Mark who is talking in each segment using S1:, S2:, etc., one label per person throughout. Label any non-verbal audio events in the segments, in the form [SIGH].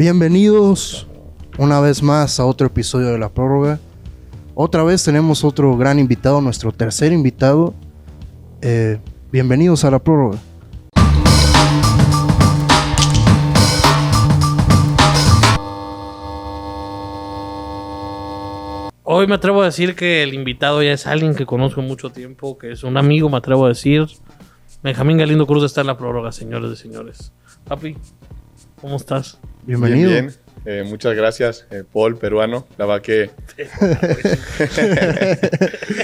S1: Bienvenidos una vez más a otro episodio de La Prórroga. Otra vez tenemos otro gran invitado, nuestro tercer invitado. Eh, bienvenidos a La Prórroga.
S2: Hoy me atrevo a decir que el invitado ya es alguien que conozco mucho tiempo, que es un amigo, me atrevo a decir. Benjamín Galindo Cruz está en la prórroga, señores y señores. Papi, ¿cómo estás?
S1: Bienvenido.
S3: Bien, bien. Eh, muchas gracias, eh, Paul, peruano. La
S2: [LAUGHS]
S3: verdad que,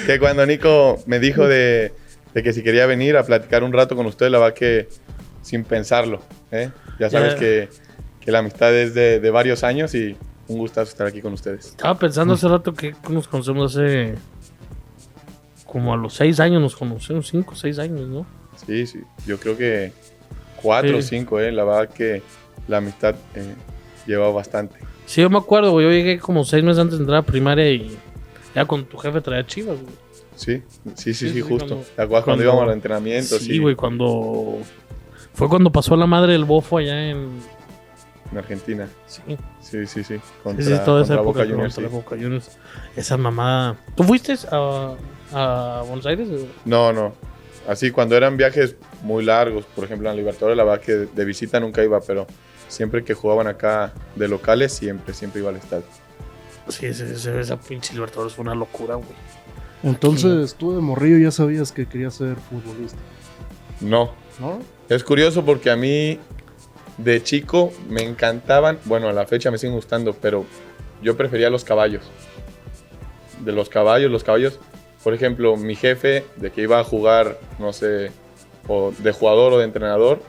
S3: que cuando Nico me dijo de, de que si quería venir a platicar un rato con usted, la verdad que sin pensarlo. ¿eh? Ya sabes
S2: Ya.
S3: que, que la amistad es de, de varios años y un gustazo estar aquí con ustedes.
S2: Estaba pensando hace rato que nos conocemos hace como a los seis años, nos conocemos, cinco, seis años, ¿no?
S3: Sí, sí. Yo creo que cuatro o
S2: Sí.
S3: cinco, ¿eh? la verdad que la amistad eh, lleva bastante.
S2: Sí, yo me acuerdo, güey, yo llegué como seis meses antes de entrar a primaria y ya con tu jefe traía chivas, güey.
S3: Sí, sí, sí, sí,
S2: sí,
S3: justo.
S2: cuando-
S3: ¿Te acuerdas cuando,
S2: cuando-
S3: íbamos al entrenamiento?
S2: Sí, güey, cuando... Fue cuando pasó la madre del bofo allá en...
S3: En Argentina.
S2: Sí.
S3: Sí, sí, sí.
S2: Sí,
S3: Contra,
S2: sí, toda esa
S3: contra
S2: época
S3: Boca Juniors,
S2: contra
S3: sí.
S2: Boca Juniors. Esa mamada. ¿Tú fuiste a, a Buenos Aires?
S3: No, no. Así, cuando eran viajes muy largos, por ejemplo, en la Libertadores, la verdad que de, de visita nunca iba, pero siempre que jugaban acá de locales, siempre, siempre iba al estadio.
S2: Sí, ese- ese- esa pinche Libertadores fue una locura, güey.
S1: Entonces, tú de morrillo ya sabías que querías ser futbolista,
S3: No.
S1: ¿no?
S3: Es curioso porque a mí, de chico, me encantaban, bueno, a la fecha me siguen gustando, pero yo prefería los caballos. De los caballos, los caballos. Por ejemplo, mi jefe, de que iba a jugar, no sé, o de jugador o de entrenador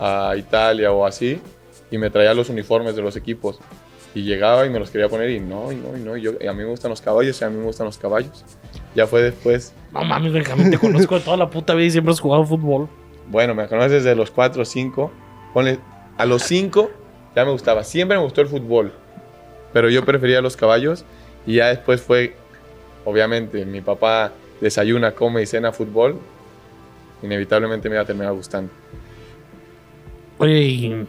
S3: a Italia o así, y me traía los uniformes de los equipos. Y llegaba y me los quería poner y no, y no, y no. Y, yo, y a mí me gustan los caballos y a mí me gustan los caballos. Ya fue después,
S2: No mames, Benjamín, te conozco de toda la puta vida y siempre has jugado fútbol.
S3: bueno, me conoces desde los 4 o 5. Ponle, a los 5 ya me gustaba. Siempre me gustó el fútbol. Pero yo prefería los caballos. Y ya después fue, obviamente, mi papá desayuna, come y cena fútbol. Inevitablemente me iba a terminar gustando.
S2: Oye, y.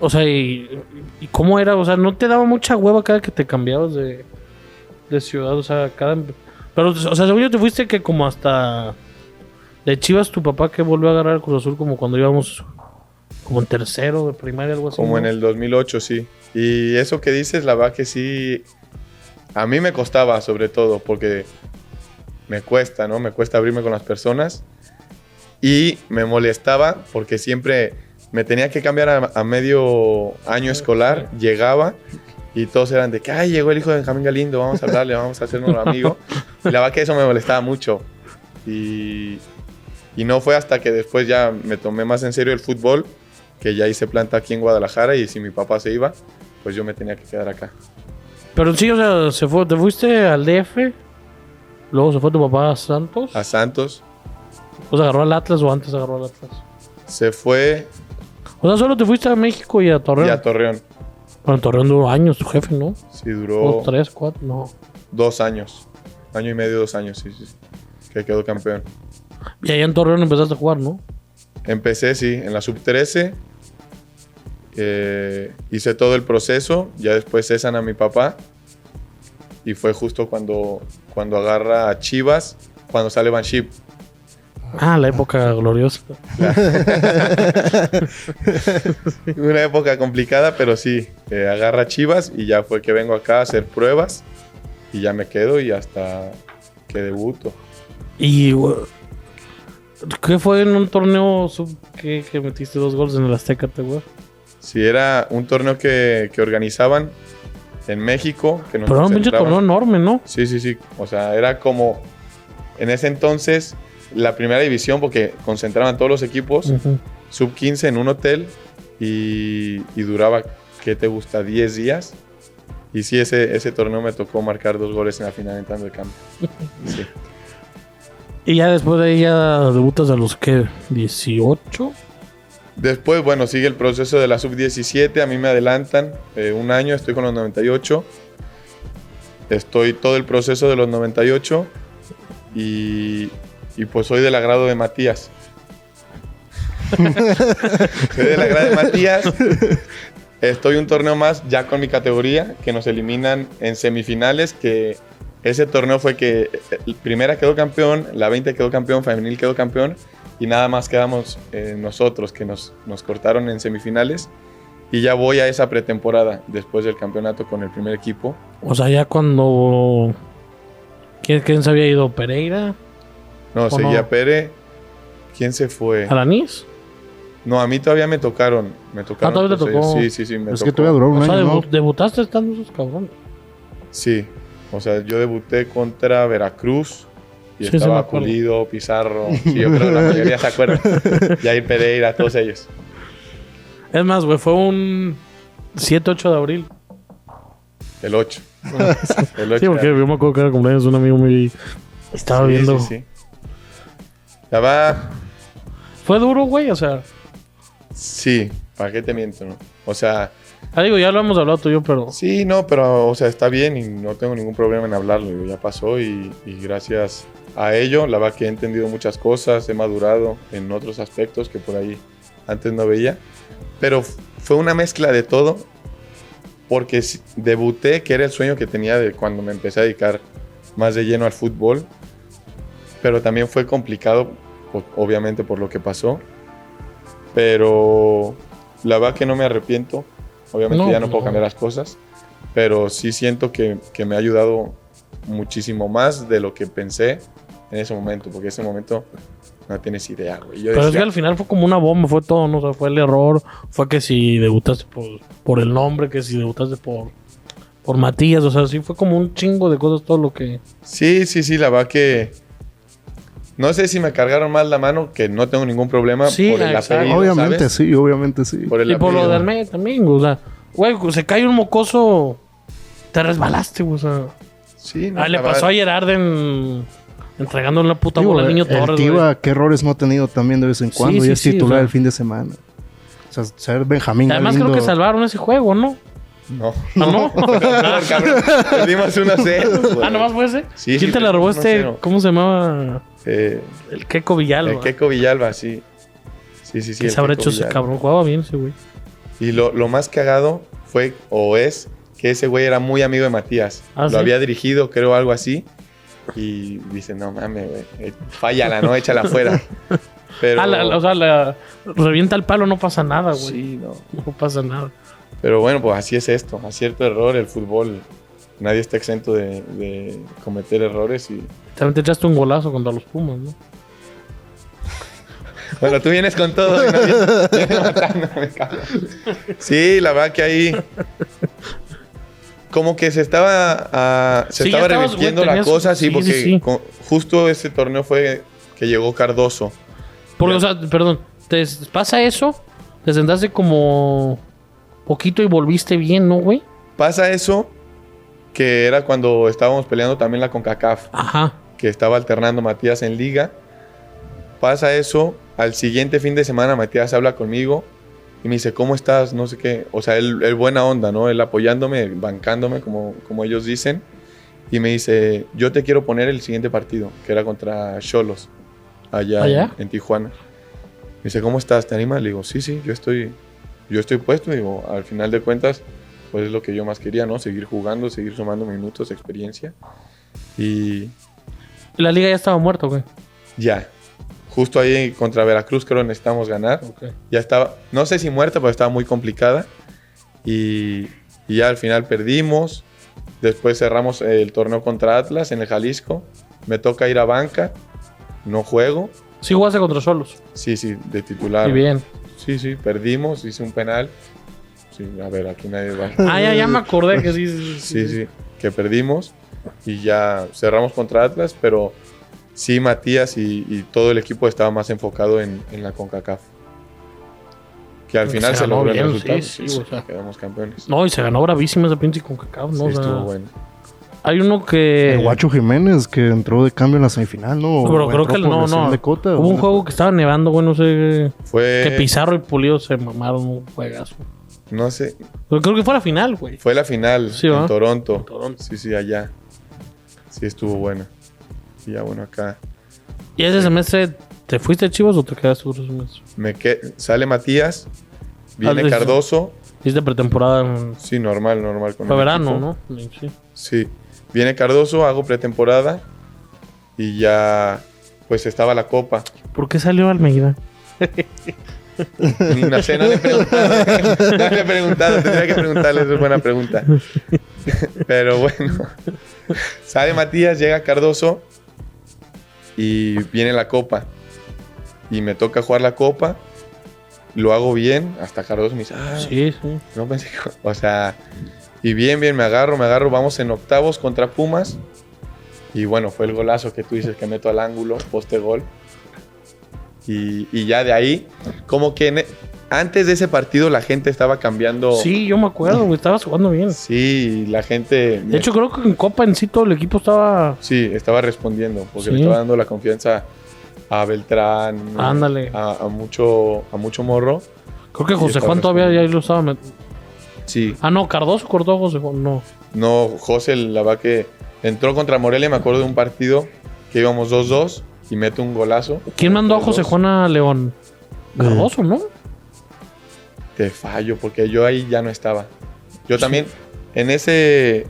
S2: O sea, y, y cómo era? O sea, ¿no te daba mucha hueva cada que te cambiabas de, de ciudad? O sea, cada. Pero, o sea, según yo te fuiste que como hasta. De Chivas, tu papá que volvió a agarrar el Cruz Azul como cuando íbamos. Como en tercero de primaria, algo así.
S3: Como en
S2: ¿no?
S3: el 2008, sí. Y eso que dices, la verdad que sí, a mí me costaba sobre todo, porque me cuesta, ¿no? Me cuesta abrirme con las personas. Y me molestaba porque siempre me tenía que cambiar a, a medio año escolar, llegaba y todos eran de que, ay, llegó el hijo de Benjamín Galindo, vamos a hablarle, vamos a hacernos amigos. Y la verdad que eso me molestaba mucho. Y, y no fue hasta que después ya me tomé más en serio el fútbol, que ya hice planta aquí en Guadalajara y si mi papá se iba, pues yo me tenía que quedar acá.
S2: Pero sí, o sea, se fue, te fuiste al DF, luego se fue tu papá a Santos,
S3: A Santos
S2: o sea, agarró al Atlas o antes agarró al Atlas.
S3: se fue
S2: O sea, solo te fuiste a México y a Torreón.
S3: y a Torreón.
S2: bueno, Torreón duró años, tu jefe, ¿no?
S3: Sí,
S2: O
S3: duró
S2: tres, cuatro, no.
S3: dos años. Año y medio, dos años, sí, sí. sí, Que quedó campeón.
S2: Y allá en Torreón empezaste a jugar, ¿no?
S3: Empecé, sí, en la sub-13. eh, hice todo el proceso. Ya después cesan a mi papá. Y fue justo cuando, cuando agarra a Chivas, cuando sale Van Ship.
S2: Ah, la época gloriosa.
S3: [LAUGHS] Una época complicada, pero sí, eh, agarra Chivas y ya fue que vengo acá a hacer pruebas y ya me quedo y hasta que debuto.
S2: Y, güey, ¿qué fue en un torneo sub que, que metiste dos goles en el Azteca, te güey?
S3: Si era un torneo que, que organizaban en México, que nos
S2: Pero era un pinche torneo
S3: concentraban-
S2: enorme, ¿no?
S3: Sí, sí, sí. O sea, era como en ese entonces la primera división porque concentraban todos los equipos
S2: Ujú.
S3: sub 15 en un hotel y, y duraba, ¿qué te gusta? 10 días. Y sí, ese, ese torneo me tocó marcar dos goles en la final entrando de cambio. Sí.
S2: Y ya después de ahí ya debutas a los, ¿qué? ¿18?
S3: Después, bueno, sigue el proceso de la sub-17. A mí me adelantan eh, un año, estoy con los 98. Estoy todo el proceso de los 98. Y, y pues soy del agrado de Matías. Soy de la grada de Matías. Estoy un torneo más ya con mi categoría, que nos eliminan en semifinales, que ese torneo fue que el primera quedó campeón, la 20 quedó campeón, femenil quedó campeón, y nada más quedamos eh, nosotros, que nos, nos cortaron en semifinales. Y ya voy a esa pretemporada, después del campeonato con el primer equipo.
S2: O sea, ya cuando. ¿Quién, quién se había ido? ¿Pereira?
S3: No,
S2: ¿O
S3: seguía
S2: no?
S3: Pérez. ¿Quién se fue?
S2: ¿Alanís?
S3: No, a mí todavía me tocaron. Me tocaron.
S2: Ah, todavía te
S3: por seis.
S2: tocó.
S3: Sí, sí, sí. Me
S1: es
S3: tocó.
S1: que todavía duró un
S2: O sea,
S1: año, ¿no?
S2: debu- debutaste estando esos cabrones.
S3: Sí. O sea, yo debuté contra Veracruz.
S2: Sí,
S3: Y
S2: sí me
S3: estaba
S2: acuerdo.
S3: Pulido,
S2: [LAUGHS]
S3: Pizarro. Sí, yo creo que la mayoría se acuerda. Jair Pereira, todos ellos.
S2: Es más, güey, fue un 7-8 de abril. [LAUGHS]
S3: El 8. El 8.
S2: Sí, porque yo me acuerdo que era cumpleaños de un amigo muy. Estaba viendo.
S3: Sí, La va.
S2: Fue duro, güey, o sea.
S3: Sí. ¿Para qué te miento? no? O sea,
S2: Ah, digo, ya lo hemos hablado tú y yo, pero.
S3: Sí, no, pero, o sea, está bien y no tengo ningún problema en hablarlo. digo, Ya pasó y, y gracias a ello, la verdad que he entendido muchas cosas, he madurado en otros aspectos que por ahí antes no veía. Pero f- fue una mezcla de todo porque s- debuté, que era el sueño que tenía de cuando me empecé a dedicar más de lleno al fútbol. Pero también fue complicado, o- obviamente, por lo que pasó. Pero la verdad que no me arrepiento. Obviamente
S2: No,
S3: ya no
S2: pues
S3: puedo
S2: no.
S3: cambiar las cosas. Pero sí siento que, que me ha ayudado muchísimo más de lo que pensé en ese momento. Porque ese momento no tienes idea, güey. Yo
S2: Pero es que
S3: decía,
S2: al final fue como una bomba, fue todo, ¿no? O sea, fue el error, fue que si debutaste por, por el nombre, que si debutaste por, por Matías, o sea, sí fue como un chingo de cosas todo lo que...
S3: Sí, sí, sí, la verdad que. No sé si me cargaron mal la mano, que no tengo ningún problema
S2: Sí,
S3: por el
S2: exacto.
S3: apellido.
S1: Obviamente
S3: ¿sabes?
S1: sí, obviamente sí.
S3: Por el
S2: Y por lo
S3: apellido.
S2: de Armenia también, güey, o sea, güey, se cae un mocoso, te resbalaste, güey, o sea.
S3: Sí, no,
S2: Ah, le
S3: la
S2: pasó a
S3: verdad-
S2: Gerard en, entregando una puta
S1: Digo,
S2: bola al niño
S1: el
S2: Torres,
S1: Tiva,
S2: güey.
S1: qué errores no ha tenido también de vez en cuando.
S2: Sí,
S1: y
S2: sí,
S1: es
S2: sí,
S1: titular
S2: o sea.
S1: el fin de semana. O sea, ser Benjamín
S2: Además creo que
S1: Galindo-
S2: salvaron ese juego, ¿no?
S3: No. [LAUGHS]
S2: ¿Ah, no? [LAUGHS]
S3: No, cabrón, Perdimos 1-0. güey.
S2: ah, nomás fue ese.
S3: Sí,
S2: ¿Quién
S3: sí,
S2: te la robó
S3: no
S2: este?
S3: sé, no.
S2: ¿Cómo se llamaba?
S3: Eh,
S2: El Keco Villalba.
S3: el Keco Villalba, sí. Sí, sí, sí.
S2: ¿Qué
S3: el
S2: se habrá
S3: Keco
S2: hecho ese
S3: Villalba.
S2: cabrón? Jugaba bien ese güey.
S3: Y lo, lo más cagado fue, o es, que ese güey era muy amigo de Matías.
S2: Ah,
S3: lo
S2: ¿sí?
S3: había dirigido, creo, algo así. Y dice, no mames, güey. eh, Fállala, no, échala
S2: [LAUGHS]
S3: afuera. Pero,
S2: Ah, la- la- o sea, la, revienta el palo, no pasa nada, güey.
S3: sí, no.
S2: No pasa nada.
S3: Pero bueno, pues así es esto, acierto, error, el fútbol. Nadie está exento de, de cometer errores y...
S2: También te echaste un golazo contra los Pumas, ¿no?
S3: Bueno, tú vienes con todo. y no vienes- vienes matándome, cabrón. sí, la verdad que ahí... Como que se estaba, ah, se
S2: Sí, ya
S3: estaba
S2: estabas, güey,
S3: revirtiendo la
S2: tenías-
S3: cosa,
S2: sí,
S3: sí,
S2: sí,
S3: porque
S2: sí.
S3: con- justo ese torneo fue que llegó Cardoso.
S2: Porque,
S3: Ya.
S2: o sea, perdón, te s- pasa eso, te sentaste como poquito y volviste bien, ¿no, güey?
S3: Pasa eso, que era cuando estábamos peleando también la CONCACAF.
S2: Ajá.
S3: que estaba alternando Matías en liga. Pasa eso, al siguiente fin de semana Matías habla conmigo y me dice, ¿cómo estás? No sé qué. O sea, él, él buena onda, ¿no? Él apoyándome, bancándome, como, como ellos dicen. Y me dice, yo te quiero poner el siguiente partido, que era contra Cholos, allá,
S2: ¿Allá?
S3: En, en Tijuana. Me dice, ¿cómo estás? ¿Te animas? Le digo, sí, sí, yo estoy, yo estoy puesto. Digo, al final de cuentas, pues es lo que yo más quería, ¿no? Seguir jugando, seguir sumando minutos, experiencia. Y,
S2: Y La liga ya estaba muerta, güey.
S3: ya. Justo ahí contra Veracruz creo necesitamos ganar.
S2: Okay.
S3: Ya estaba, no sé si muerta, pero estaba muy complicada. Y, y ya al final perdimos. Después cerramos el torneo contra Atlas en el Jalisco. Me toca ir a banca. No juego.
S2: Sí jugaste contra Solos.
S3: Sí, sí, de titular.
S2: Y bien.
S3: Sí, sí, perdimos. Hice un penal. Sí, a ver, aquí nadie va.
S2: Ah, ya, ya me acordé que sí. Sí,
S3: Sí, sí, que perdimos y ya cerramos contra Atlas, pero sí Matías y, y todo el equipo estaba más enfocado en, en la CONCACAF. Que al
S2: Pues Se
S3: final se,
S2: ganó
S3: logró el
S2: bien,
S3: resultado.
S2: sí, sí, o sea.
S3: Quedamos campeones.
S2: No, y se ganó bravísima esa pinche con cacao, ¿no?
S3: Sí,
S2: O sea,
S3: estuvo bueno.
S2: Hay uno que.
S1: El Guacho Jiménez que entró de cambio en la semifinal, ¿no?
S2: No, pero
S1: O
S2: creo
S1: entró
S2: que el-
S1: por
S2: no,
S1: lesión
S2: no.
S1: de Cota,
S2: Hubo un
S1: ¿no?
S2: juego que estaba nevando, güey, no sé. Que
S3: Fue,
S2: Pizarro y Pulido se mamaron un juegazo.
S3: no sé,
S2: Pero creo que fue la final, güey.
S3: fue la final
S2: Sí,
S3: en
S2: ¿va?
S3: Toronto.
S2: En Toronto.
S3: Sí, sí, allá. Sí, estuvo buena. Y ya bueno, acá.
S2: Y ese semestre ¿Te fuiste a Chivas o te quedaste otros meses?
S3: Me que- sale Matías, viene
S2: Alex.
S3: Cardoso.
S2: Hiciste pretemporada en
S3: Sí, normal, normal. Con
S2: fue
S3: el
S2: verano, ¿no?
S3: equipo.
S2: Sí.
S3: Sí. Viene Cardoso, hago pretemporada y ya pues estaba la copa.
S2: ¿Por qué salió Almeida?
S3: No sé, no le he preguntado. No le he preguntado, tendría que preguntarle, es buena pregunta. Pero bueno, sale Matías, llega Cardoso y viene la copa. Y me toca jugar la copa, lo hago bien, hasta Cardoso me dice, "Ah,
S2: Sí, sí.
S3: no pensé que... O sea, y bien, bien, me agarro, me agarro, vamos en octavos contra Pumas. Y bueno, fue el golazo que tú dices que meto al ángulo, poste gol. Y, y ya de ahí, como que en- e, antes de ese partido la gente estaba cambiando.
S2: Sí, yo me acuerdo, güey. Estabas jugando bien.
S3: Sí, la gente.
S2: De hecho, creo que en Copa en sí todo el equipo estaba.
S3: Sí, estaba respondiendo, porque le
S2: Sí.
S3: estaba dando la confianza a Beltrán.
S2: Ándale.
S3: A, a mucho, a mucho morro.
S2: Creo que
S3: Sí,
S2: José
S3: estaba
S2: Juan todavía ya
S3: respondiendo.
S2: lo estaba met-
S3: Sí,
S2: Ah, no, Cardoso cortó a José Juan. No.
S3: No, José, la va que entró contra Morelia, me acuerdo de un partido que íbamos 2-2 y mete un golazo.
S2: ¿Quién mandó a
S3: Tres,
S2: José
S3: dos.
S2: Juan a León? Cardoso, ¿no?
S3: Te fallo, porque yo ahí ya no estaba. Yo también, en, ese,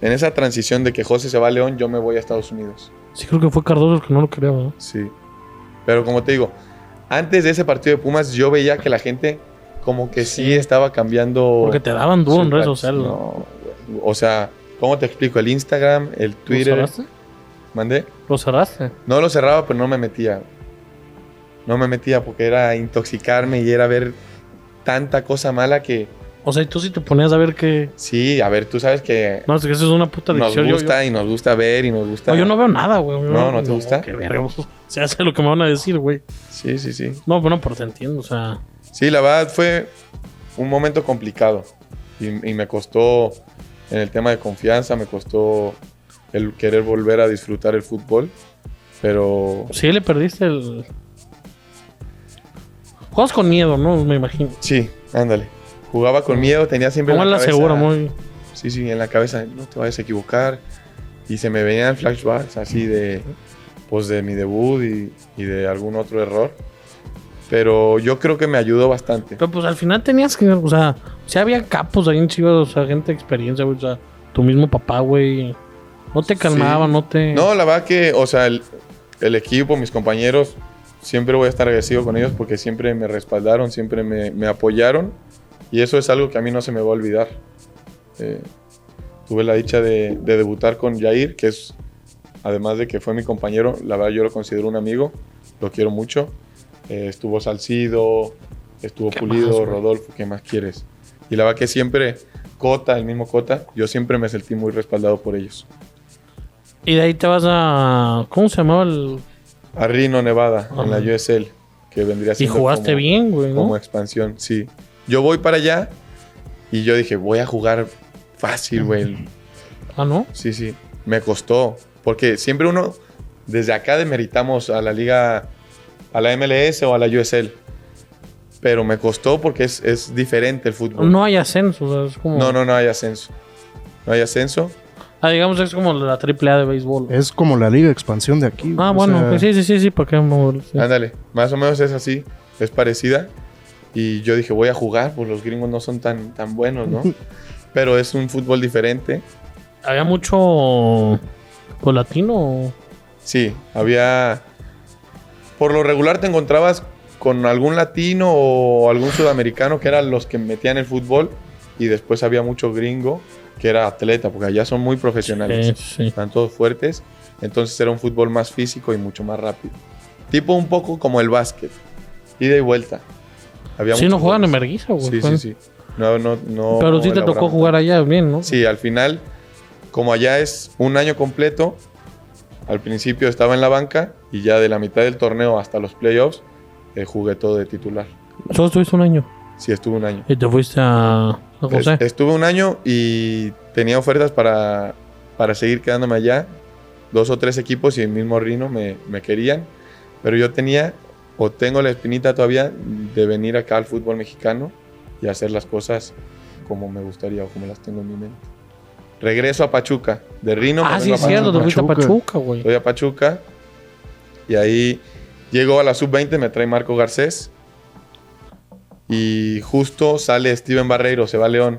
S3: en esa transición de que José se va a León, yo me voy a Estados Unidos.
S2: Sí, creo que fue Cardoso el que no lo quería, ¿verdad?
S3: Sí. Pero como te digo, antes de ese partido de Pumas, yo veía que la gente como que sí estaba cambiando.
S2: Porque te daban duro en redes
S3: su-
S2: sociales. ¿no?
S3: No, güey. o sea, ¿cómo te explico? El Instagram, el
S2: ¿Lo
S3: Twitter.
S2: cerraste?
S3: ¿Mandé?
S2: ¿Lo cerraste?
S3: No lo cerraba, pero no me metía. No me metía porque era intoxicarme y era ver tanta cosa mala que
S2: O sea, y tú sí te ponías a ver que.
S3: sí, a ver, tú sabes que
S2: No, es que eso es una puta
S3: nos
S2: adicción. Yo- yo,
S3: gusta y nos gusta ver y nos gusta.
S2: No, yo no veo nada, güey. Yo
S3: No, ¿no te gusta?
S2: Qué verga. [LAUGHS] güey. O sea, sé lo que me van a decir, güey.
S3: Sí, sí, sí.
S2: No, bueno, pero te entiendo, o sea.
S3: Sí, la verdad fue un momento complicado y, y me costó en el tema de confianza, me costó el querer volver a disfrutar el fútbol, pero
S2: Sí, le perdiste el. Juegas con miedo, ¿no? Me imagino.
S3: sí, ándale. Jugaba con miedo, tenía siempre
S2: Como la
S3: cabeza-
S2: segura, muy.
S3: Sí, sí, en la cabeza, no te vayas a equivocar. Y se me venían flashbacks así de, pues de mi debut y, y de algún otro error. Pero yo creo que me ayudó bastante.
S2: Pero pues al final tenías que. O sea, si había capos ahí en Chivas, o sea, gente de experiencia, güey. O sea, tu mismo papá, güey. No te calmaba,
S3: Sí.
S2: no te.
S3: No, la verdad que, o sea, el, el equipo, mis compañeros, siempre voy a estar agradecido con ellos porque siempre me respaldaron, siempre me, me apoyaron. Y eso es algo que a mí no se me va a olvidar. Eh, tuve la dicha de, de debutar con Jair, que es, además de que fue mi compañero, la verdad yo lo considero un amigo, lo quiero mucho. Eh, estuvo Salcido, estuvo
S2: ¿Qué
S3: Pulido,
S2: más, güey?
S3: Rodolfo, ¿qué más quieres? Y la verdad que siempre, Cota, el mismo Cota, yo siempre me sentí muy respaldado por ellos.
S2: Y de ahí te vas a. ¿Cómo se llamaba el.?
S3: a Reno, Nevada, en la
S2: Ajá.
S3: USL, que vendría
S2: Y
S3: siendo
S2: jugaste
S3: como-
S2: bien, güey, ¿no?
S3: como expansión, sí. Yo voy para allá y yo dije, voy a jugar fácil, güey.
S2: Ah, ¿no?
S3: Sí, sí. Me costó, porque siempre uno, desde acá demeritamos a la liga, a la MLS o a la USL. Pero me costó porque es, es diferente el fútbol.
S2: No hay ascenso, o sea, es como.
S3: no, no, no hay ascenso. No hay ascenso.
S2: Ah, digamos, es como la triple A de béisbol.
S3: Eh,
S1: Es como la liga de expansión de aquí.
S2: ah,
S1: o
S2: bueno,
S1: sea,
S2: pues sí, sí, sí, sí, ¿para qué vamos a volver?
S3: Ándale, más o menos es así, es parecida. Y yo dije, voy a jugar, pues los gringos no son tan, tan
S2: [LAUGHS]
S3: buenos, ¿no? Pero es un fútbol diferente.
S2: Había mucho. Pues latino.
S3: Sí, había... Por lo regular te encontrabas con algún latino o algún sudamericano que eran los que metían el fútbol y después había mucho gringo que era atleta, porque allá son muy profesionales.
S2: Eh, sí.
S3: están todos fuertes. Entonces era un fútbol más físico y mucho más rápido. Tipo un poco como el básquet. Ida y vuelta. Había
S2: Sí,
S3: muchos
S2: no juegan en
S3: goles.
S2: Merguiza, güey.
S3: Sí, sí,
S2: juegan.
S3: sí. No, no, no.
S2: Pero sí te
S3: elaboraban
S2: tocó
S3: tanto.
S2: jugar allá bien, ¿no?
S3: Sí, al final, como allá es un año completo, al principio estaba en la banca y ya de la mitad del torneo hasta los playoffs eh, jugué todo de titular.
S2: Solo estuviste un año.
S3: Sí, estuve un año.
S2: Y te fuiste a, a José.
S3: Es- Estuve un año y tenía ofertas para, para seguir quedándome allá. Dos o tres equipos y el mismo Rino me, me querían. Pero yo tenía, o tengo la espinita todavía, de venir acá al fútbol mexicano y hacer las cosas como me gustaría o como las tengo en mi mente. Regreso a Pachuca. De Rino me
S2: ah, sí,
S3: vengo a
S2: es cierto, te
S3: Pachuca.
S2: fuiste a
S1: Pachuca.
S2: Pachuca, güey.
S3: Voy a Pachuca y ahí Llego a la sub-20, me trae Marco Garcés. Y justo sale Steven Barreiro, se va a León.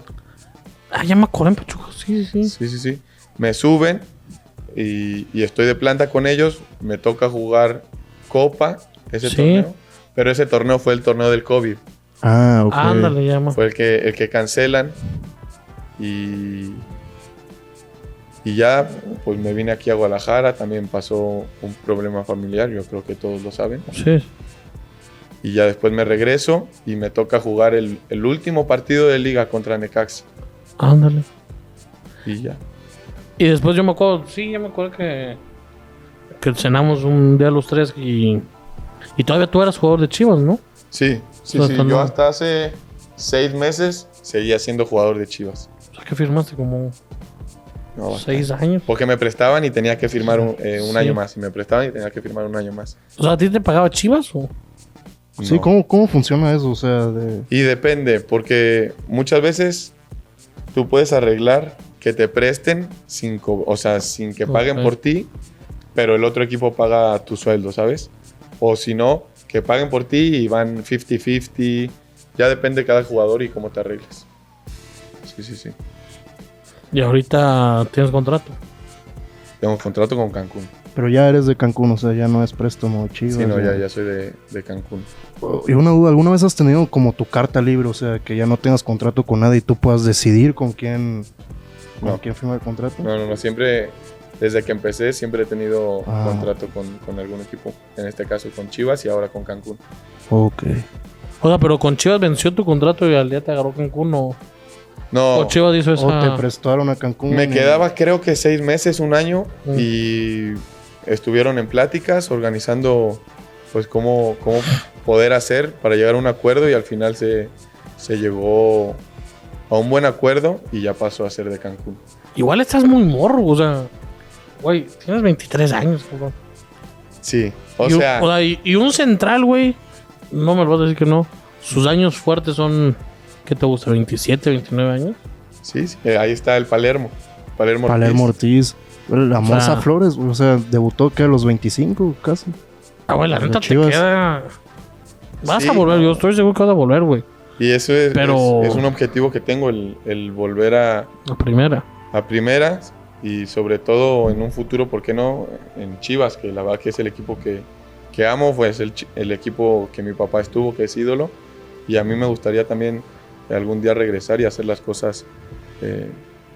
S2: Ah, ya me acuerdo en Pachuca. Sí, sí, sí.
S3: Sí, sí, sí. Me suben y, y estoy de planta con ellos. Me toca jugar Copa, ese
S2: Sí.
S3: torneo. Pero ese torneo fue el torneo del COVID.
S1: Ah, ok.
S2: Ándale, ya me
S3: Fue el que, el que cancelan. Y, y ya, pues me vine aquí a Guadalajara. También pasó un problema familiar, yo creo que todos lo saben.
S2: Sí.
S3: Y ya después me regreso y me toca jugar el, el último partido de liga contra Necaxa.
S2: Ándale.
S3: Y ya.
S2: Y después yo me acuerdo, sí, yo me acuerdo que, que cenamos un día los tres y, y todavía tú eras jugador de Chivas, ¿no?
S3: Sí, sí,
S2: Pero
S3: sí.
S2: tú no.
S3: Yo hasta hace seis meses seguía siendo jugador de Chivas.
S2: O sea, que firmaste como
S3: No, basta.
S2: seis años.
S3: Porque me prestaban y tenía que firmar un, eh, un
S2: Sí.
S3: año más. Y me prestaban y tenía que firmar un año más.
S2: O sea, ¿a ti te pagaba Chivas o...?
S1: Sí,
S3: No.
S1: ¿cómo, ¿cómo funciona eso? O sea, de...
S3: Y depende, porque muchas veces tú puedes arreglar que te presten sin, co- o sea, sin que paguen
S2: Ok.
S3: por ti, pero el otro equipo paga tu sueldo, ¿sabes? O si no, que paguen por ti y van 50-50. Ya depende de cada jugador y cómo te arregles. Sí, sí, sí.
S2: Y ahorita tienes contrato.
S3: Tengo un contrato con Cancún.
S1: Pero ya eres de Cancún, o sea, ya no es préstamo chido.
S3: Sí, no, ya, ya soy de, de Cancún.
S1: Y una duda, ¿alguna vez has tenido como tu carta libre? O sea, que ya no tengas contrato con nadie y tú puedas decidir con quién, con
S3: No.
S1: quién firmar el contrato.
S3: No, no, no. Siempre, desde que empecé, siempre he tenido
S1: Ah.
S3: contrato con, con algún equipo. En este caso con Chivas y ahora con Cancún.
S1: Ok.
S2: O sea, pero con Chivas venció tu contrato y al día te agarró Cancún o,
S3: No.
S2: o Chivas
S3: Oh,
S2: hizo esa...
S1: O te prestaron a Cancún.
S3: Me
S1: y-
S3: quedaba creo que seis meses, un año,
S2: Mm.
S3: y estuvieron en pláticas organizando pues cómo, cómo poder hacer para llegar a un acuerdo y al final se, se llegó a un buen acuerdo y ya pasó a ser de Cancún.
S2: Igual estás muy morro, o sea... Güey, tienes 23 años, cabrón.
S3: Sí, o
S2: y, un-
S3: sea,
S2: o sea, y- y un central, güey, no me lo vas a decir que no. Sus años fuertes son, ¿qué te gusta? ¿27, 29 años?
S3: sí, sí, eh, ahí está el Palermo. Palermo. Ortiz.
S1: Palermo Ortiz. La Moza
S2: sea-
S1: Flores, o sea, debutó que a los 25 casi.
S2: Ah, güey, la
S1: Las
S2: neta te
S1: Chivas.
S2: queda. Vas
S3: Sí,
S2: a volver,
S3: no.
S2: yo estoy seguro que vas a volver, güey.
S3: Y eso es,
S2: Pero-
S3: es, es un objetivo que tengo, el, el volver a,
S2: La primera.
S3: a primeras y sobre todo en un futuro, ¿por qué no? En Chivas, que la verdad que es el equipo que, que amo, pues el, chi- el equipo que mi papá estuvo, que es ídolo, y a mí me gustaría también algún día regresar y hacer las cosas eh,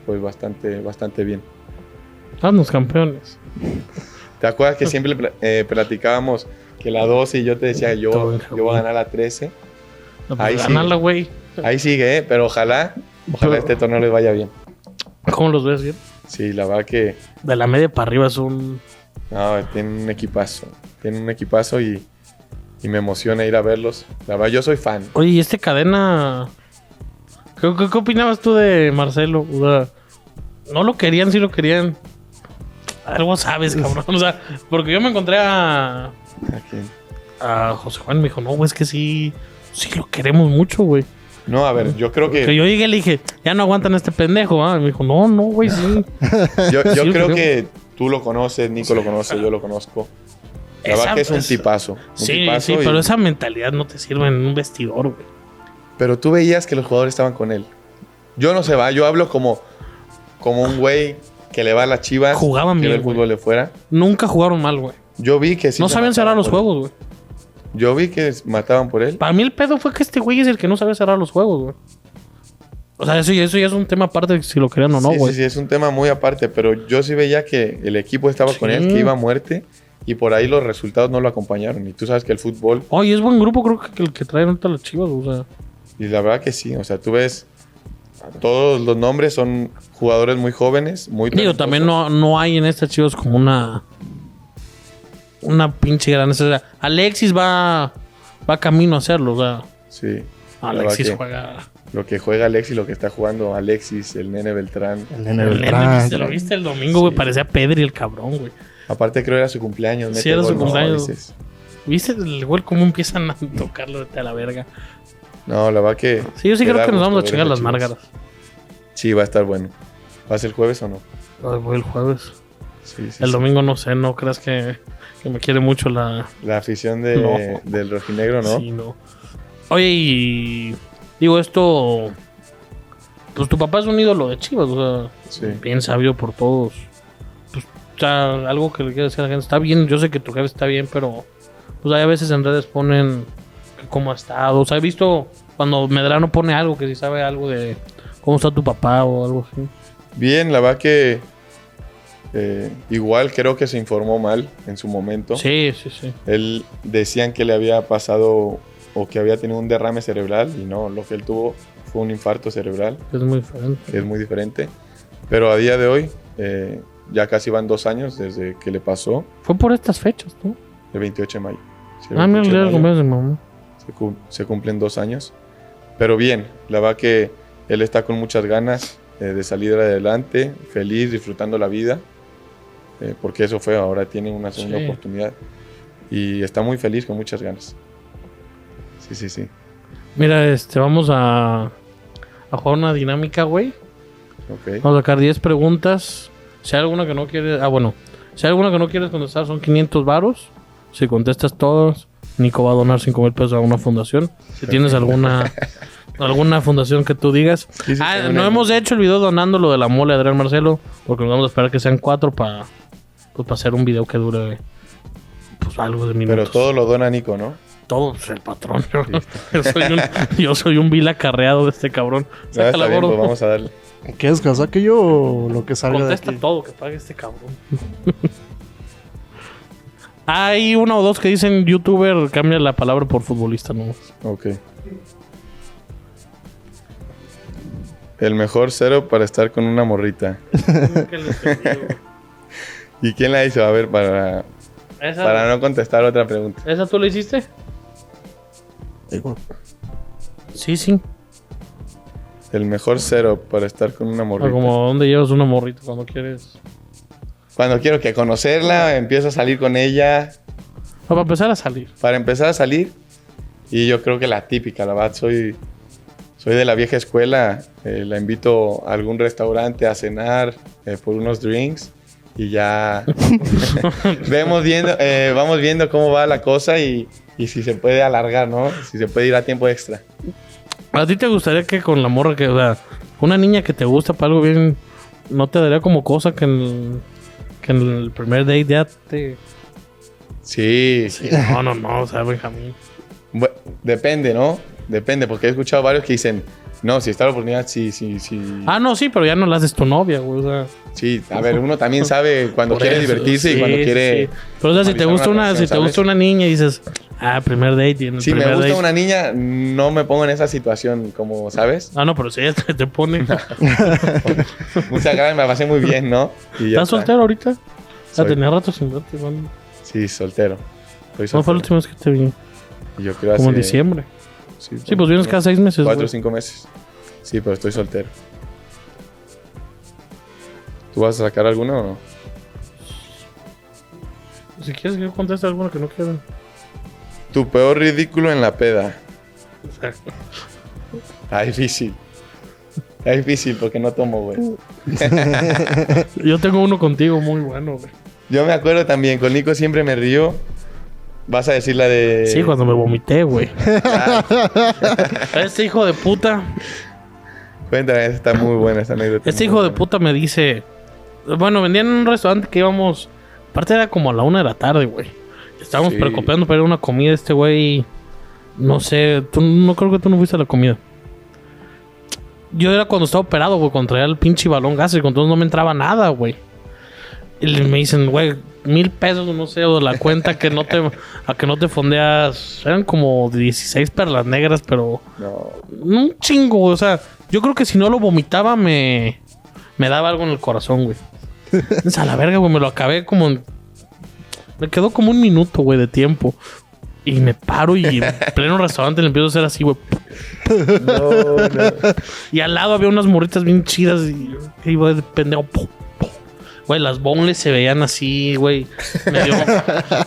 S3: pues bastante, bastante bien.
S2: Haznos campeones.
S3: ¿Te acuerdas que
S2: Pues
S3: siempre pla- eh, platicábamos que la 12 y yo te decía,
S2: Todo
S3: yo,
S2: bien,
S3: yo voy a ganar la 13?
S2: No,
S3: Ahí
S2: pues,
S3: sí.
S2: ganarla, güey.
S3: Ahí sigue, ¿eh? pero ojalá, ojalá
S2: Pero-
S3: este torneo les vaya bien.
S2: ¿Cómo los ves, bien?
S3: Sí, la verdad que...
S2: De la media para arriba es un.
S3: No, tienen un equipazo. Tienen un equipazo y, y me emociona ir a verlos. La verdad, yo soy fan.
S2: Oye, ¿y este cadena? ¿Qué, qué, qué opinabas tú de Marcelo? O sea, no lo querían, sí lo querían. Algo sabes, cabrón. O sea, porque yo me encontré a, a José Juan y me dijo, no, güey, es que sí, sí lo queremos mucho, güey.
S3: No, a ver, yo creo
S2: Que
S3: que.
S2: yo llegué y le dije, ya no aguantan a este pendejo, ¿ah? Y me dijo, no, no, güey,
S3: [LAUGHS]
S2: sí.
S3: Yo,
S2: [LAUGHS]
S3: yo
S2: Sí,
S3: creo
S2: creo.
S3: que tú lo conoces, Nico lo conoce, yo lo conozco. La
S2: Esa-
S3: verdad que es un
S2: esa-
S3: tipazo. un
S2: Sí,
S3: tipazo
S2: sí,
S3: y-
S2: pero esa mentalidad no te sirve en un vestidor, güey.
S3: pero tú veías que los jugadores estaban con él. Yo no sé, va, yo hablo como, como un güey que le va a las chivas.
S2: Jugaban
S3: que ve
S2: bien,
S3: el fútbol de fuera.
S2: Nunca jugaron mal, güey.
S3: Yo vi que sí.
S2: no
S3: se
S2: sabían cerrar
S3: mataban
S2: los
S3: por él.
S2: juegos, güey.
S3: Yo vi que mataban por él.
S2: Para mí el pedo fue que este güey es el que no sabía cerrar los juegos, güey. O sea, eso, ya- eso ya es un tema aparte de si lo querían o no,
S3: sí,
S2: güey.
S3: sí, sí, es un tema muy aparte, pero yo sí veía que el equipo estaba con él,
S2: Sí.
S3: que iba a muerte, y por ahí los resultados no lo acompañaron. Y tú sabes que el fútbol,
S2: Oye, es buen grupo, creo que que el que traen ahorita las chivas, o sea.
S3: y la verdad que sí, o sea, tú ves, todos los nombres son jugadores muy jóvenes, muy...
S2: Digo,
S3: talentosos.
S2: también no, no hay en estas chivas como una. Una pinche gran. O sea, Alexis va. Va camino a hacerlo, o sea.
S3: Sí. la verdad
S2: Ah, Alexis
S3: que
S2: juega.
S3: Lo que juega Alexis, lo que está jugando Alexis, el nene Beltrán.
S1: El nene
S2: El
S1: Beltrán.
S2: Alexis, ¿te lo viste el domingo, güey?
S3: Sí.
S2: Parecía Pedri el cabrón, güey.
S3: Aparte creo era su cumpleaños.
S2: Sí,
S3: mete
S2: era su
S3: ¿no?
S2: cumpleaños.
S3: Dices.
S2: ¿Viste el gol cómo empiezan a [LAUGHS] tocarlo de a la verga?
S3: No, la verdad que...
S2: Sí, yo sí
S3: le
S2: creo
S3: da
S2: que nos
S3: gusto
S2: vamos a
S3: ver
S2: chingar
S3: esas
S2: las
S3: chivas.
S2: márgaras.
S3: Sí, va a estar bueno. ¿Va a ser jueves o no?
S2: Ay, güey, el jueves.
S3: Sí, sí,
S2: El
S3: sí.
S2: domingo no sé, no creas que, que me quiere mucho la.
S3: La afición de,
S2: No.
S3: del rojinegro, ¿no?
S2: Sí, no. Oye, y. Digo esto. Pues tu papá es un ídolo de Chivas, o sea,
S3: Sí.
S2: bien sabio por todos. Pues, o sea, algo que le quiero decir a la gente. Está bien, yo sé que tu jefe está bien, pero. Pues hay a veces en redes ponen que cómo ha estado. O sea, he visto cuando Medrano pone algo que si sabe algo de cómo está tu papá o algo así.
S3: Bien, la verdad que eh, igual creo que se informó mal en su momento.
S2: Sí, sí, sí.
S3: Él decían que le había pasado o que había tenido un derrame cerebral y no, lo que él tuvo fue un infarto cerebral,
S2: Es muy diferente.
S3: que es muy diferente. Pero a día de hoy, eh, ya casi van dos años desde que le pasó,
S2: Fue por estas fechas, ¿no?
S3: el 28 de mayo. Sí, el
S2: Ah, mira,
S3: 28 de
S2: el
S3: mayo.
S2: cumpleaños de mi mamá.
S3: se, cum- se cumplen dos años. Pero bien, la verdad que él está con muchas ganas eh, de salir adelante, feliz, disfrutando la vida, eh, porque eso fue, ahora tiene una segunda
S2: Sí.
S3: oportunidad. Y está muy feliz, con muchas ganas. Sí, sí, sí.
S2: Mira, este, vamos a, a jugar una dinámica, güey.
S3: Ok.
S2: Vamos a sacar 10 preguntas. Si hay alguna que no quieres. Ah, bueno. Si hay alguna que no quieres contestar, son 500 varos. Si contestas todas, Nico va a donar 5 mil pesos a una fundación. Si tienes
S3: [LAUGHS]
S2: alguna. Alguna fundación que tú digas.
S3: Sí, sí,
S2: Ah,
S3: tengo
S2: no
S3: una-
S2: hemos hecho el video donando lo de la mole de Adrián Marcelo. Porque nos vamos a esperar que sean cuatro para hacer un video que dure pues algo de minutos.
S3: Pero todo lo dona Nico, ¿no?
S2: Todo, pues, el patrón. [LAUGHS] yo, soy un, yo soy un vil acarreado de este cabrón.
S3: Nada, está
S2: Sácala,
S3: bien,
S2: gordo.
S3: pues vamos a darle.
S1: ¿Quieres que saque yo o lo que salga de
S2: Contesta
S1: aquí?
S2: todo que pague este cabrón. [LAUGHS] Hay uno o dos que dicen youtuber, cambia la palabra por futbolista, [LAUGHS] ¿no?
S3: Ok. El mejor cero para estar con una morrita. ¿Y quién la hizo? A ver, para,
S2: ¿Esa,
S3: para no contestar otra pregunta.
S2: ¿Esa tú la hiciste?
S1: Digo,
S2: Sí, sí.
S3: El mejor cero para estar con una
S2: O
S3: morrita.
S2: como dónde llevas una morrita cuando quieres.
S3: Cuando quiero que conocerla, empiezo a salir con ella.
S2: No, Ah, para empezar a salir.
S3: Para empezar a salir, y yo creo que la típica, la verdad, soy, soy de la vieja escuela. eh, la invito a algún restaurante a cenar eh, por unos drinks y ya vemos viendo, eh, vamos viendo cómo va la cosa y, y si se puede alargar, ¿no? Si se puede ir a tiempo extra.
S2: ¿A ti te gustaría que con la morra que, o sea, una niña que te gusta para algo bien, no te daría como cosa que en el, que en el primer date ya te.
S3: Sí,
S2: Sí, [LAUGHS] no, no, no, o sea, Benjamín.
S3: Bu- depende, ¿no? Depende, porque he escuchado varios que dicen, no, si está la oportunidad, sí, sí, sí.
S2: Ah, no, sí, pero ya no la haces tu novia, güey, o sea.
S3: Sí, a ver, uno también sabe cuando
S2: Por
S3: quiere
S2: eso,
S3: divertirse
S2: sí,
S3: y cuando
S2: sí,
S3: quiere.
S2: sí. Pero o sea, si te
S3: normalizar
S2: gusta
S3: una
S2: una, si
S3: relación,
S2: te gusta
S3: ¿sabes?
S2: una niña y dices, ah, primer date y en el
S3: Si me
S2: primer
S3: gusta
S2: date-
S3: una niña, no me pongo en esa situación, como sabes.
S2: Ah, no, pero [LAUGHS] si ella te, te
S3: [LAUGHS]
S2: pone. ¿Estás
S3: Muchas gracias, me la pasé muy bien, ¿no? Y ya está.
S2: soltero ahorita? Ya
S3: Soy-
S2: tenía rato sin verte, man.
S3: Sí, soltero. Soy
S2: No fue la última
S3: soltero.
S2: vez que te vi?
S3: Y yo creo
S2: Como en
S3: hace-
S2: diciembre.
S3: Sí,
S2: Sí, pues vienes
S3: como
S2: cada seis meses.
S3: Cuatro o
S2: güey.
S3: cinco meses. Sí, pero estoy soltero. ¿Tú vas a sacar alguno o no?
S2: Si quieres que yo conteste alguna que no quiero.
S3: Tu peor ridículo en la peda.
S2: O sea,
S3: Está Ah, difícil. Está difícil porque no tomo, güey.
S2: yo tengo uno contigo muy bueno, güey.
S3: Yo me acuerdo también, con Nico siempre me río. Vas a decir la de.
S2: Sí, cuando me vomité, [LAUGHS] güey.
S3: Ah,
S2: Este hijo de puta.
S3: cuéntame, esa está muy buena esta anécdota.
S2: Este hijo de puta me dice. Bueno, vendían en un restaurante que íbamos. Aparte era como a la una de la tarde, güey. Estábamos
S3: Sí.
S2: preocupando para ir a una comida. Este güey. No sé. Tú, no creo que tú no fuiste a la comida. Yo era cuando estaba operado, güey. Cuando traía el pinche balón gástrico. Entonces no me entraba nada, güey. Y le- me dicen, güey, mil pesos, no sé, o la cuenta que no te, [LAUGHS] a que no te fondeas. Eran como 16 perlas negras, pero
S3: No,
S2: un chingo, güey. O sea, yo creo que si no lo vomitaba me, me daba algo en el corazón, güey. Es a la verga, güey. Me lo acabé como... en- Me quedó como un minuto, güey, de tiempo. Y me paro y en pleno restaurante le empiezo a hacer así, güey.
S3: no, no.
S2: Y al lado había unas morritas bien chidas y yo que iba de pendejo. pu, pu. Güey, las bonles se veían así, güey. Me dio,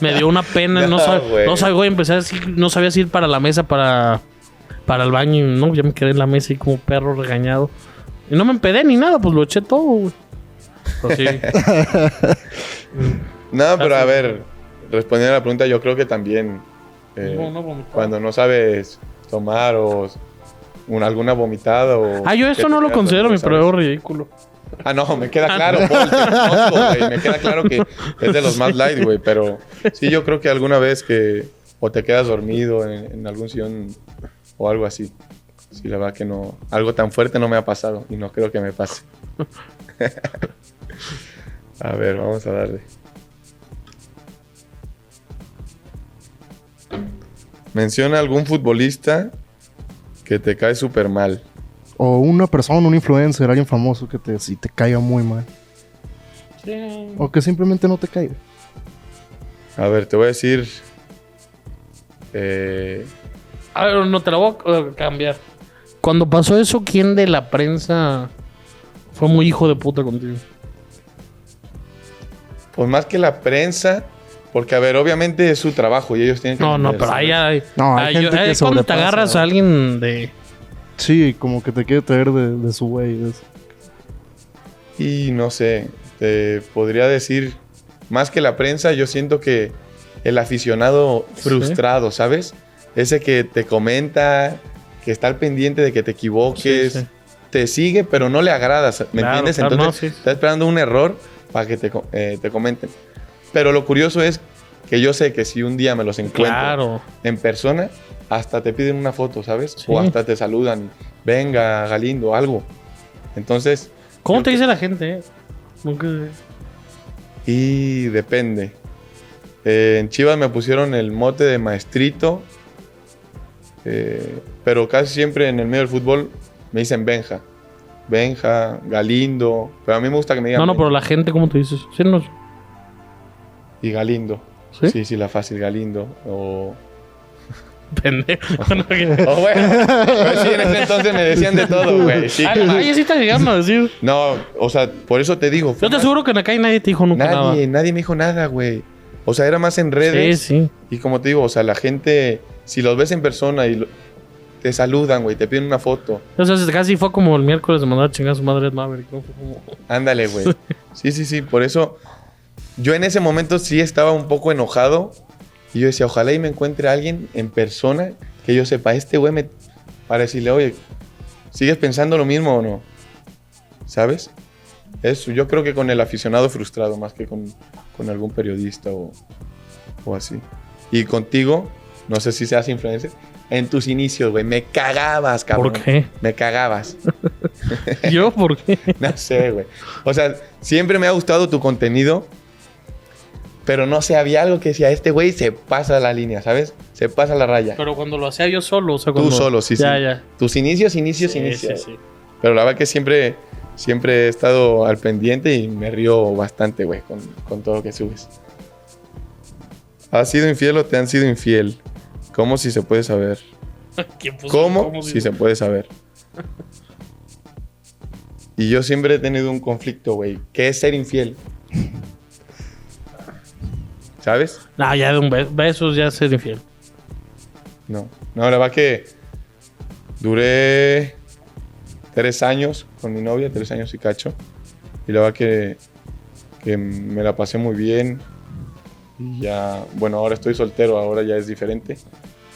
S2: me dio una pena. No,
S3: No,
S2: sab-
S3: güey.
S2: no sabía, güey, empecé a decir- no sabía si ir para la mesa, para, para el baño. Y no, ya me quedé en la mesa y como perro regañado. Y no me empedé ni nada, pues lo eché todo, güey. Pues sí.
S3: No, pero
S2: Ah,
S3: a ver, respondiendo a la pregunta, yo creo que también eh,
S2: No, no vomitar.
S3: cuando no sabes tomar o un- alguna vomitada o...
S2: Ah, yo
S3: que
S2: esto
S3: te
S2: no lo
S3: quedas
S2: considero mi
S3: dormido, ¿sabes?
S2: prueba ridículo.
S3: Ah, no, me queda claro, Paul, te conozco, güey, Me queda claro que es de los más light, güey. Pero sí, yo creo que alguna vez que o te quedas dormido en, en algún sillón o algo así. Sí, la verdad que no. Algo tan fuerte no me ha pasado y no creo que me pase. [LAUGHS] a ver, vamos a darle. Menciona algún futbolista que te cae súper mal.
S1: O una persona, un influencer, alguien famoso que te, si te caiga muy mal.
S2: Sí.
S1: O que simplemente no te caiga.
S3: A ver, te voy a decir. eh,
S2: A ver, no te la voy a eh, cambiar. Cuando pasó eso, ¿quién de la prensa fue muy hijo de puta contigo?
S3: pues más que la prensa, porque a ver, obviamente es su trabajo y ellos tienen que.
S2: No, no,
S3: entenderse,
S2: pero ahí hay.
S1: No, hay
S2: yo-
S1: gente que
S2: ahí es cuando te
S1: sobrepasa,
S2: agarras
S1: ¿no?
S2: a alguien de.
S1: Sí, como que te quiere traer de, de su güey. de eso.
S3: Y no sé, te podría decir, más que la prensa, yo siento que el aficionado frustrado, ¿sabes? Ese que te comenta, que está al pendiente de que te equivoques,
S2: Sí, sí.
S3: te sigue, pero no le agradas, ¿me
S2: Claro,
S3: entiendes?
S2: claro,
S3: Entonces,
S2: no, sí, sí.
S3: está esperando un error para que te, co- eh, te comenten. Pero lo curioso es que yo sé que si un día me los encuentro
S2: Claro.
S3: en persona, hasta te piden una foto, ¿sabes?
S2: Sí.
S3: O hasta te saludan, venga, Galindo, algo. Entonces,
S2: ¿Cómo
S3: Yo
S2: te
S3: que-
S2: dice la gente? eh? Nunca.
S3: Y depende. Eh, en Chivas me pusieron el mote de maestrito, eh, pero casi siempre en el medio del fútbol me dicen Benja. Benja, Galindo, pero a mí me gusta que me digan
S2: No, no, pero
S3: Benja
S2: la gente, ¿cómo te dices? Sí, no. [LAUGHS]
S3: y Galindo.
S2: ¿Sí?
S3: ¿Sí? sí, la fácil, Galindo. O,
S2: Pendejo.
S3: [LAUGHS]
S2: No, que-
S3: o bueno, pues sí, en ese entonces me decían de todo, güey. Sí,
S2: Ay, ay, sí está llegando a decir.
S3: no, o sea, por eso te digo. fue
S2: Yo te
S3: más-
S2: aseguro que en acá nadie te dijo nunca nada.
S3: nadie, nadie me dijo nada, güey. O sea, era más en redes.
S2: Sí, sí.
S3: Y como te digo, o sea, la gente, si los ves en persona y lo- te saludan, güey, te piden una foto,
S2: O sea, casi fue como el miércoles de mandar a chingar a su madre Ed Maverick. ¿no? Fue como-
S3: ándale, güey. Sí, sí, sí, por eso yo en ese momento sí estaba un poco enojado y yo decía, ojalá y me encuentre alguien en persona que yo sepa, este güey me... para decirle, oye, ¿sigues pensando lo mismo o no? ¿Sabes? Eso, yo creo que con el aficionado frustrado más que con, con algún periodista o, o así. Y contigo, no sé si seas influencer, en tus inicios, güey, me cagabas, cabrón.
S2: ¿Por qué?
S3: Me cagabas.
S2: [LAUGHS] ¿Yo por qué?
S3: [LAUGHS] No sé, güey. O sea, siempre me ha gustado tu contenido, pero no sé, había algo que decía, este güey se pasa la línea, ¿sabes? Se pasa la raya.
S2: Pero cuando lo hacía yo solo, o sea,
S3: Tú
S2: cuando...
S3: solo, sí,
S2: ya,
S3: sí.
S2: Ya,
S3: Tus inicios, inicios,
S2: Sí, sí,
S3: inicios.
S2: sí.
S3: Pero la verdad que siempre, siempre he estado al pendiente y me río bastante, güey, con, con todo lo que subes. ¿Has sido infiel o te han sido infiel? ¿Cómo si se puede saber?
S2: ¿Quién puso-
S3: ¿Cómo?
S2: se-
S3: si se puede saber. Y yo siempre he tenido un conflicto, güey. ¿Qué es ser infiel? ¿Sabes?
S2: No, ya de un beso, besos ya ser infiel. [LAUGHS]
S3: No. No, la verdad que duré tres años con mi novia, tres años y cacho. Y la verdad que, que me la pasé muy bien. Y ya, bueno, ahora estoy soltero, ahora ya es diferente.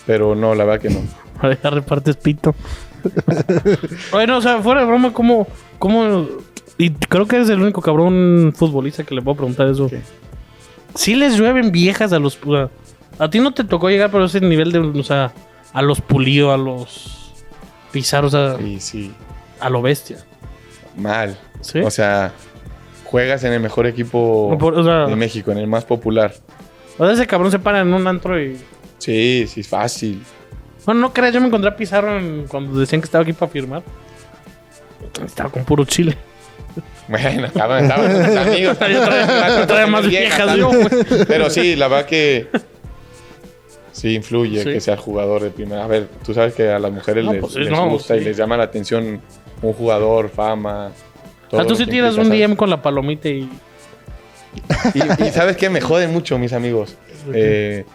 S3: Pero no, la verdad que no.
S2: Ahora ya repartes
S3: [LAUGHS]
S2: pito. bueno, o sea, fuera de broma, ¿cómo, ¿cómo...? Y creo que eres el único cabrón futbolista que le puedo preguntar eso.
S3: ¿Qué?
S2: Sí les llueven viejas a los... A, a ti no te tocó llegar pero ese nivel de... O sea, a los pulido, a los... Pizarro, o sea,
S3: Y sí,
S2: a lo bestia.
S3: mal.
S2: ¿Sí?
S3: O sea, juegas en el mejor equipo
S2: No, por- o sea,
S3: de México, en el más popular.
S2: o sea, ese cabrón se para en un antro y...
S3: Sí, sí, es fácil. [LAUGHS]
S2: Bueno, no creas, yo me encontré a Pizarro en- cuando decían que estaba aquí para firmar. Estaba con puro chile.
S3: Bueno, cabrón,
S2: [LAUGHS]
S3: estaban con tus amigos.
S2: Yo traía- yo traía más viejas, yo, güey.
S3: Pero sí, la verdad que sí influye
S2: Sí.
S3: que seas jugador de primera. A ver, tú sabes que a las mujeres
S2: No,
S3: les,
S2: pues sí,
S3: les
S2: no,
S3: gusta
S2: sí.
S3: y les llama la atención un jugador, fama.
S2: O sea, Ah, tú sí tiras un
S3: día
S2: DM con la palomita y...
S3: Y, y sabes que me joden mucho
S2: [LAUGHS]
S3: mis amigos. Eh,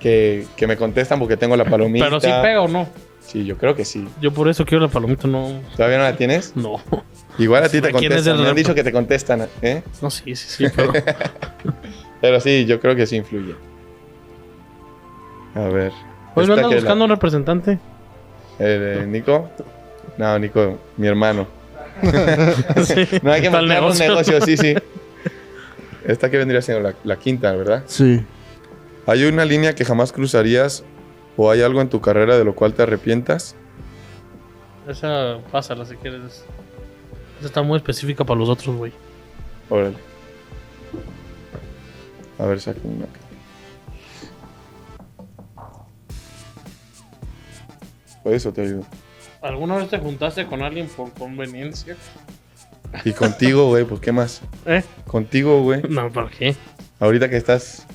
S3: que, que me contestan porque tengo la palomita.
S2: Pero sí pega o no.
S3: Sí, yo creo que sí.
S2: Yo por eso quiero la palomita, no.
S3: ¿Todavía no la tienes?
S2: No. [LAUGHS]
S3: Igual a ti te
S2: ¿Quién es el
S3: contestan. Me han
S2: reto?
S3: dicho que te contestan, ¿eh?
S2: No, sí, sí, sí, pero.
S3: Pero sí, yo creo que sí influye. A
S2: Hoy no
S3: ver. esta
S2: Pues andas
S3: que la-
S2: buscando un representante.
S3: el, eh, Nico. No, Nico,
S2: [LAUGHS]
S3: mi hermano.
S2: Sí.
S3: No hay que
S2: Para el
S3: matar un
S2: negocio.
S3: negocio,
S2: [LAUGHS]
S3: sí, sí. Esta que vendría siendo la, la quinta, ¿verdad?
S1: Sí.
S3: ¿Hay una línea que jamás cruzarías o hay algo en tu carrera de lo cual te arrepientas?
S2: Esa, pásala si quieres. Esa está muy específica para los otros, güey.
S3: Órale. A ver, saca una. Por eso te ayudo.
S2: ¿Alguna vez te juntaste con alguien por conveniencia?
S3: Y contigo, güey, pues qué más.
S2: ¿Eh?
S3: Contigo, güey.
S2: No, ¿para qué?
S3: Ahorita que estás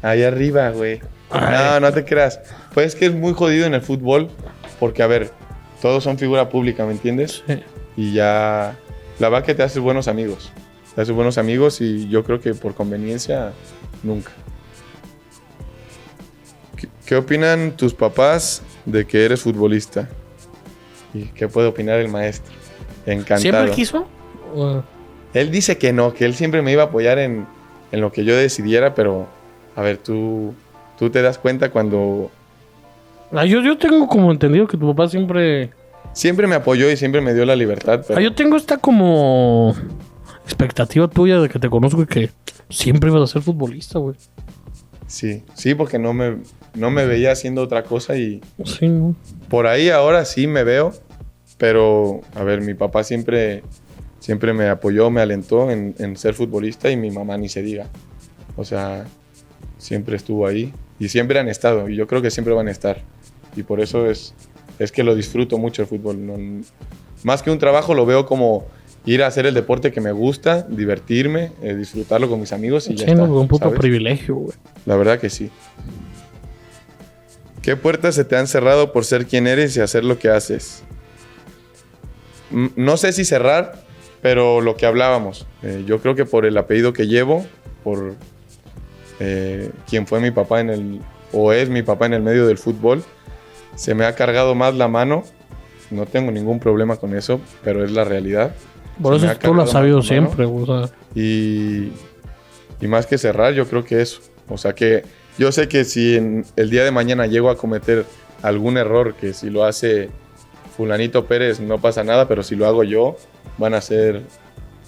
S3: ahí arriba, güey. No,
S2: Ay.
S3: no te creas. Pues es que es muy jodido en el fútbol porque, a ver, todos son figura pública, ¿me entiendes?
S2: Sí.
S3: Y ya, la verdad que te haces buenos amigos. Te haces buenos amigos y yo creo que por conveniencia, nunca. ¿Qué, qué opinan tus papás de que eres futbolista? ¿Y qué puede opinar el maestro? Encantado.
S2: ¿Siempre quiso? O-
S3: Él dice que no, que él siempre me iba a apoyar en, en lo que yo decidiera, pero a ver, tú, tú te das cuenta cuando...
S2: Ah, yo, yo tengo como entendido que tu papá siempre.
S3: Siempre me apoyó y siempre me dio la libertad, pero
S2: Ah, yo tengo esta como expectativa tuya de que te conozco y que siempre ibas a ser futbolista, güey.
S3: sí, sí, porque no me, no me veía haciendo otra cosa y
S2: Sí, ¿no?
S3: por ahí ahora sí me veo, pero a ver, mi papá siempre, siempre me apoyó, me alentó en, en ser futbolista y mi mamá ni se diga. O sea, siempre estuvo ahí y siempre han estado y yo creo que siempre van a estar. Y por eso es, es que lo disfruto mucho el fútbol. No- más que un trabajo lo veo como ir a hacer el deporte que me gusta, divertirme, eh, disfrutarlo con mis amigos y ya
S2: Sí,
S3: está.
S2: no, un puto
S3: ¿sabes?
S2: privilegio, güey.
S3: La verdad que sí. ¿Qué puertas se te han cerrado por ser quien eres y hacer lo que haces? Mm, No sé si cerrar, pero lo que hablábamos. Eh, yo creo que por el apellido que llevo, por eh, quien fue mi papá en el, o es mi papá en el medio del fútbol, se me ha cargado más la mano. No tengo ningún problema con eso, pero es la realidad.
S2: Por
S3: Se me
S2: eso
S3: ha
S2: tú lo has
S3: cargado
S2: sabido
S3: más tu mano.
S2: siempre, güey. O sea,
S3: Y, y más que cerrar, yo creo que eso. O sea que yo sé que si en- el día de mañana llego a cometer algún error, que si lo hace fulanito Pérez no pasa nada, pero si lo hago yo, van a ser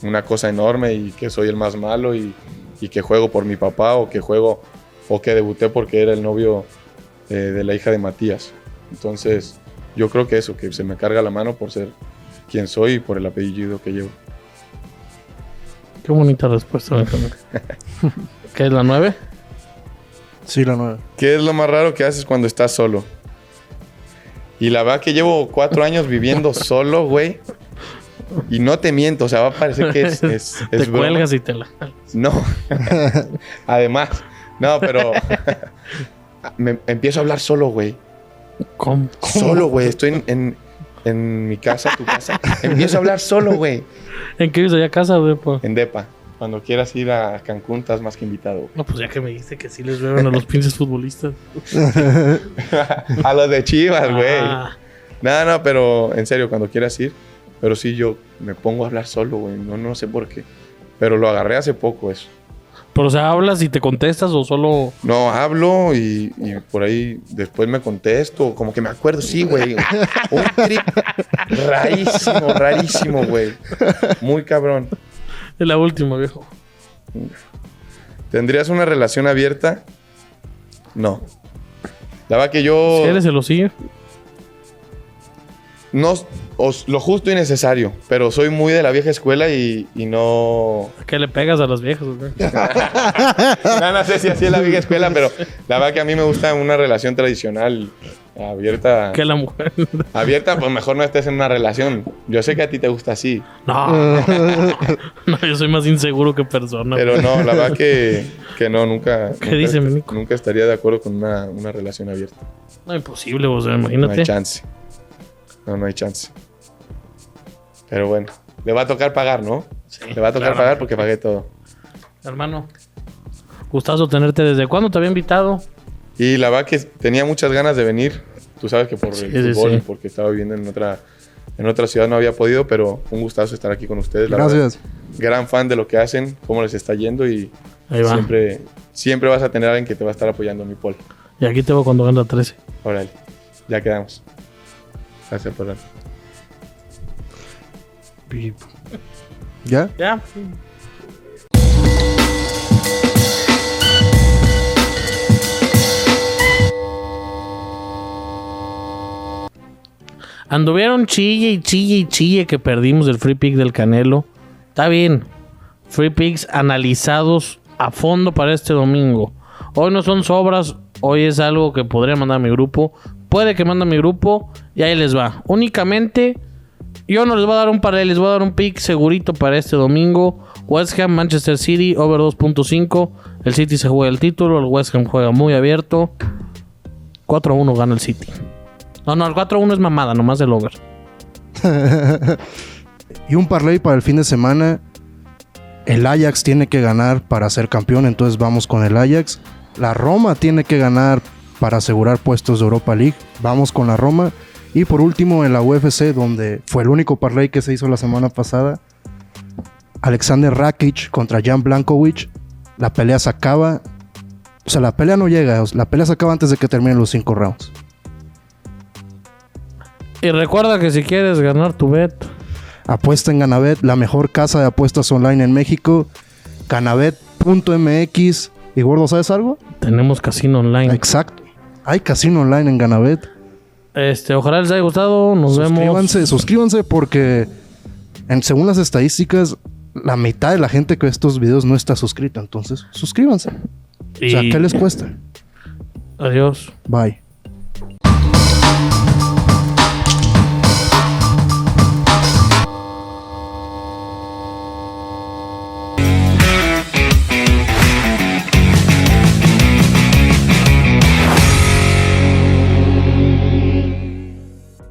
S3: una cosa enorme y que soy el más malo y, y que juego por mi papá o que juego o que debuté porque era el novio eh, de la hija de Matías. Entonces, yo creo que eso, que se me carga la mano por ser quien soy y por el apellido que llevo.
S2: qué bonita respuesta,
S3: [LAUGHS]
S2: güey. ¿Qué es la 9?
S1: Sí, la nueva.
S3: ¿Qué es lo más raro que haces cuando estás solo? Y la verdad que llevo
S2: [LAUGHS]
S3: cuatro años viviendo solo, güey. Y no te miento, o sea, va a parecer que es, es-
S2: [LAUGHS] Te
S3: es broma.
S2: cuelgas y te la.
S3: No. [LAUGHS] Además.
S2: [LAUGHS]
S3: No, pero me empiezo a hablar solo, güey.
S2: ¿Cómo?
S3: Solo, güey. Estoy en, en- en mi casa, tu casa. Empiezo a hablar solo, güey.
S2: ¿En qué vives allá a casa, güey? Pues, po?
S3: En Depa. Cuando quieras ir a Cancún, estás más que invitado.
S2: No, pues ya que me dijiste que sí les beben a
S3: [LAUGHS]
S2: los pinches futbolistas.
S3: a los de Chivas, güey.
S2: Ah,
S3: No, no, pero en serio, cuando quieras ir. Pero sí, yo me pongo a hablar solo, güey. No, no sé por qué. Pero lo agarré hace poco eso.
S2: pero, o sea, hablas y te contestas o solo.
S3: No, hablo y, y por ahí después me contesto. Como que me acuerdo, sí, güey. Un trip rarísimo, rarísimo, güey. Muy cabrón.
S2: Es la última, viejo.
S3: ¿Tendrías una relación abierta? No. La verdad que yo...
S2: Si eres el sigue.
S3: No, os- lo justo y necesario, pero soy muy de la vieja escuela y, y no...
S2: ¿Qué le pegas a las viejas, güey?
S3: no, no sé si así es la vieja escuela, pero la verdad que a mí me gusta una relación tradicional abierta.
S2: ¿Qué la mujer? [LAUGHS]
S3: Abierta, pues mejor no estés en una relación. Yo sé que a ti te gusta así,
S2: No,
S3: [LAUGHS]
S2: no, yo soy más inseguro que persona.
S3: pero no, la verdad que, que no, nunca.
S2: [LAUGHS] ¿Qué
S3: nunca
S2: dice
S3: est-
S2: mi Nico?
S3: Nunca estaría de acuerdo con una, una relación abierta.
S2: No, imposible, o sea,
S3: No hay
S2: imagínate.
S3: chance. No, no hay chance. Pero bueno, le va a tocar pagar, ¿no?
S2: Sí,
S3: Le va a tocar
S2: claro.
S3: pagar porque pagué todo.
S2: Hermano, gustazo tenerte. ¿Desde cuándo te había invitado?
S3: Y la verdad que tenía muchas ganas de venir. Tú sabes que por
S2: Sí, sí,
S3: el fútbol,
S2: sí.
S3: y porque estaba viviendo en otra, en otra ciudad, no había podido, pero un gustazo estar aquí con ustedes. la verdad.
S1: Gracias.
S3: Gran fan de lo que hacen, cómo les está yendo y
S2: Ahí va.
S3: siempre, siempre vas a tener a alguien que te va a estar apoyando, mi Paul.
S2: Y aquí te veo cuando gana 13.
S3: Órale, ya quedamos. Gracias por
S2: Y-
S1: ¿Ya?
S2: Ya. Anduvieron chille y chille y chille que perdimos el free pick del Canelo. Está bien. Free picks analizados a fondo para este domingo. Hoy no son sobras, hoy es algo que podría mandar a mi grupo. Puede que mande a mi grupo y ahí les va. Únicamente yo no les voy a dar un paré, les voy a dar un pick segurito para este domingo. West Ham, Manchester City, over 2.5. El City se juega el título, el West Ham juega muy abierto. 4-1 gana el City. No, no, el 4-1 es mamada, nomás el over.
S1: Y un parlay para el fin de semana. El Ajax tiene que ganar para ser campeón, entonces vamos con el Ajax. La Roma tiene que ganar para asegurar puestos de Europa League, vamos con la Roma. Y por último, en la UFC, donde fue el único parlay que se hizo la semana pasada, Alexander Rakic contra Jan Blankovic. La pelea se acaba. O sea, la pelea no llega, o sea, la pelea se acaba antes de que terminen los cinco rounds.
S2: Y recuerda que si quieres ganar tu bet,
S1: Apuesta en Ganabet, la mejor casa de apuestas online en México. Ganabet.mx. Y gordo, ¿sabes algo?
S2: tenemos casino online.
S1: Exacto. Hay casino online en Ganabet.
S2: Este, ojalá les haya gustado. Nos vemos.
S1: Suscríbanse, suscríbanse porque en, según las estadísticas, la mitad de la gente que ve estos videos no está suscrita. Entonces, suscríbanse. O sea,
S2: Y
S1: ¿qué les cuesta?
S2: adiós.
S1: Bye.